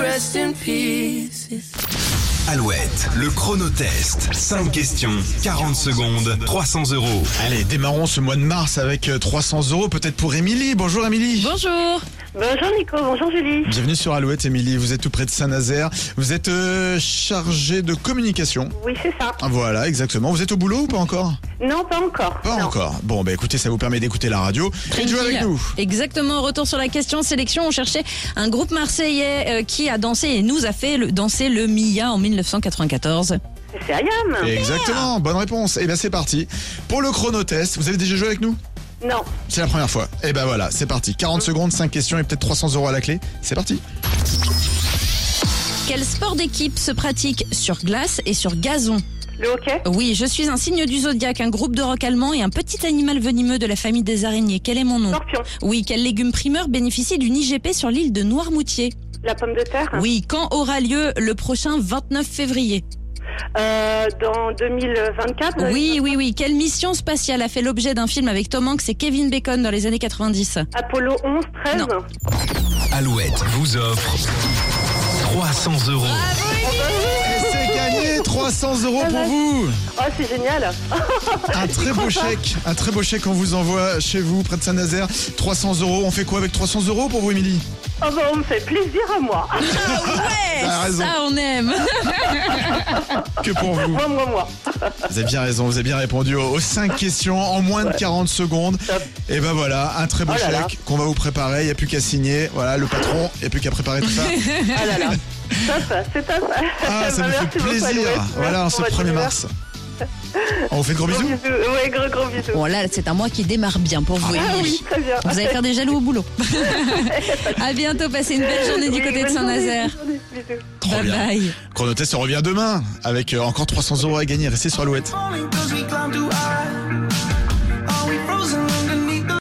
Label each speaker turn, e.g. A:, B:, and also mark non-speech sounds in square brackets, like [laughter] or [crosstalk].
A: rest in pieces.
B: Alouette, le chronotest. 5 questions, 40 secondes, 300 euros.
C: Allez, démarrons ce mois de mars avec euh, 300 euros, peut-être pour Émilie. Bonjour Émilie.
D: Bonjour.
E: Bonjour Nico, bonjour Julie.
C: Bienvenue sur Alouette, Émilie. Vous êtes tout près de Saint-Nazaire. Vous êtes euh, chargée de communication. Ah,
E: Oui, c'est ça.
C: Voilà, exactement. Vous êtes au boulot ou pas encore
E: Non, pas encore.
C: Pas
E: Non.
C: encore. Bon, bah écoutez, ça vous permet d'écouter la radio et de jouer avec
D: Tranquille.
C: nous.
D: Exactement, retour sur la question sélection. On cherchait un groupe marseillais euh, qui a dansé et nous a fait le- danser le Mia en 1994.
E: C'est Ayam.
C: Exactement, bonne réponse. Et bien c'est parti. Pour le chronotest, vous avez déjà joué avec nous
E: Non.
C: C'est la première fois. Et ben voilà, c'est parti. 40 secondes, 5 questions et peut-être 300 euros à la clé. C'est parti.
D: Quel sport d'équipe se pratique sur glace et sur gazon
E: Le hockey
D: Oui, je suis un signe du zodiaque, un groupe de rock allemand et un petit animal venimeux de la famille des araignées. Quel est mon nom
E: Scorpion.
D: Oui, quel légume primeur bénéficie d'une IGP sur l'île de Noirmoutier
E: La pomme de terre
D: Oui, quand aura lieu le prochain 29 février
E: Euh, Dans 2024
D: Oui, oui, oui. Quelle mission spatiale a fait l'objet d'un film avec Tom Hanks et Kevin Bacon dans les années 90
E: Apollo 11, 13
D: Non.
B: Alouette vous offre 300 euros.
C: Et c'est [laughs] gagné 300 euros pour vous.
E: Oh, c'est génial.
C: Un très beau chèque. Un très beau chèque qu'on vous envoie chez vous, près de Saint-Nazaire. 300 euros. On fait quoi avec 300 euros pour vous, Émilie
E: Oh, bah, on me fait plaisir à moi. Eh,
C: T'as raison.
D: Ça, on aime
C: Que pour vous.
E: moi, moi, moi.
C: Vous avez bien raison. Vous avez bien répondu aux [laughs] 5 questions en moins de 40 secondes.
E: Top.
C: Et ben voilà, un très beau
E: Oh là là.
C: chèque qu'on va vous préparer. Il n'y a plus qu'à signer. Voilà, le patron. Il n'y a plus qu'à préparer tout
E: [laughs]
C: ça.
E: Ah là là. Top, c'est top. [laughs]
C: Ah, ça
E: Bah,
C: nous
E: merci
C: fait
E: beaucoup,
C: plaisir.
E: Alouette.
C: Voilà, en
E: Merci
C: ce
E: pour votre
C: 1er
E: humeur.
C: mars. On vous fait de gros
E: Gros
C: bisous.
E: bisous. Ouais, gros, gros bisous.
D: [laughs] Bon, là, c'est un mois qui démarre bien pour vous,
E: Ah
D: Émilie.
E: oui, très bien.
D: Vous allez faire des jaloux au boulot. [laughs] à bientôt, passez une belle journée du
E: Oui,
D: côté de
E: bonne journée,
D: Saint-Nazaire.
E: bonne journée, Bisous.
C: Trop
D: Bye
C: bien.
D: bye.
C: Chronotest, on revient demain avec euh, encore 300 euros à gagner. Restez sur Alouette.
A: Only 'cause we climbed to our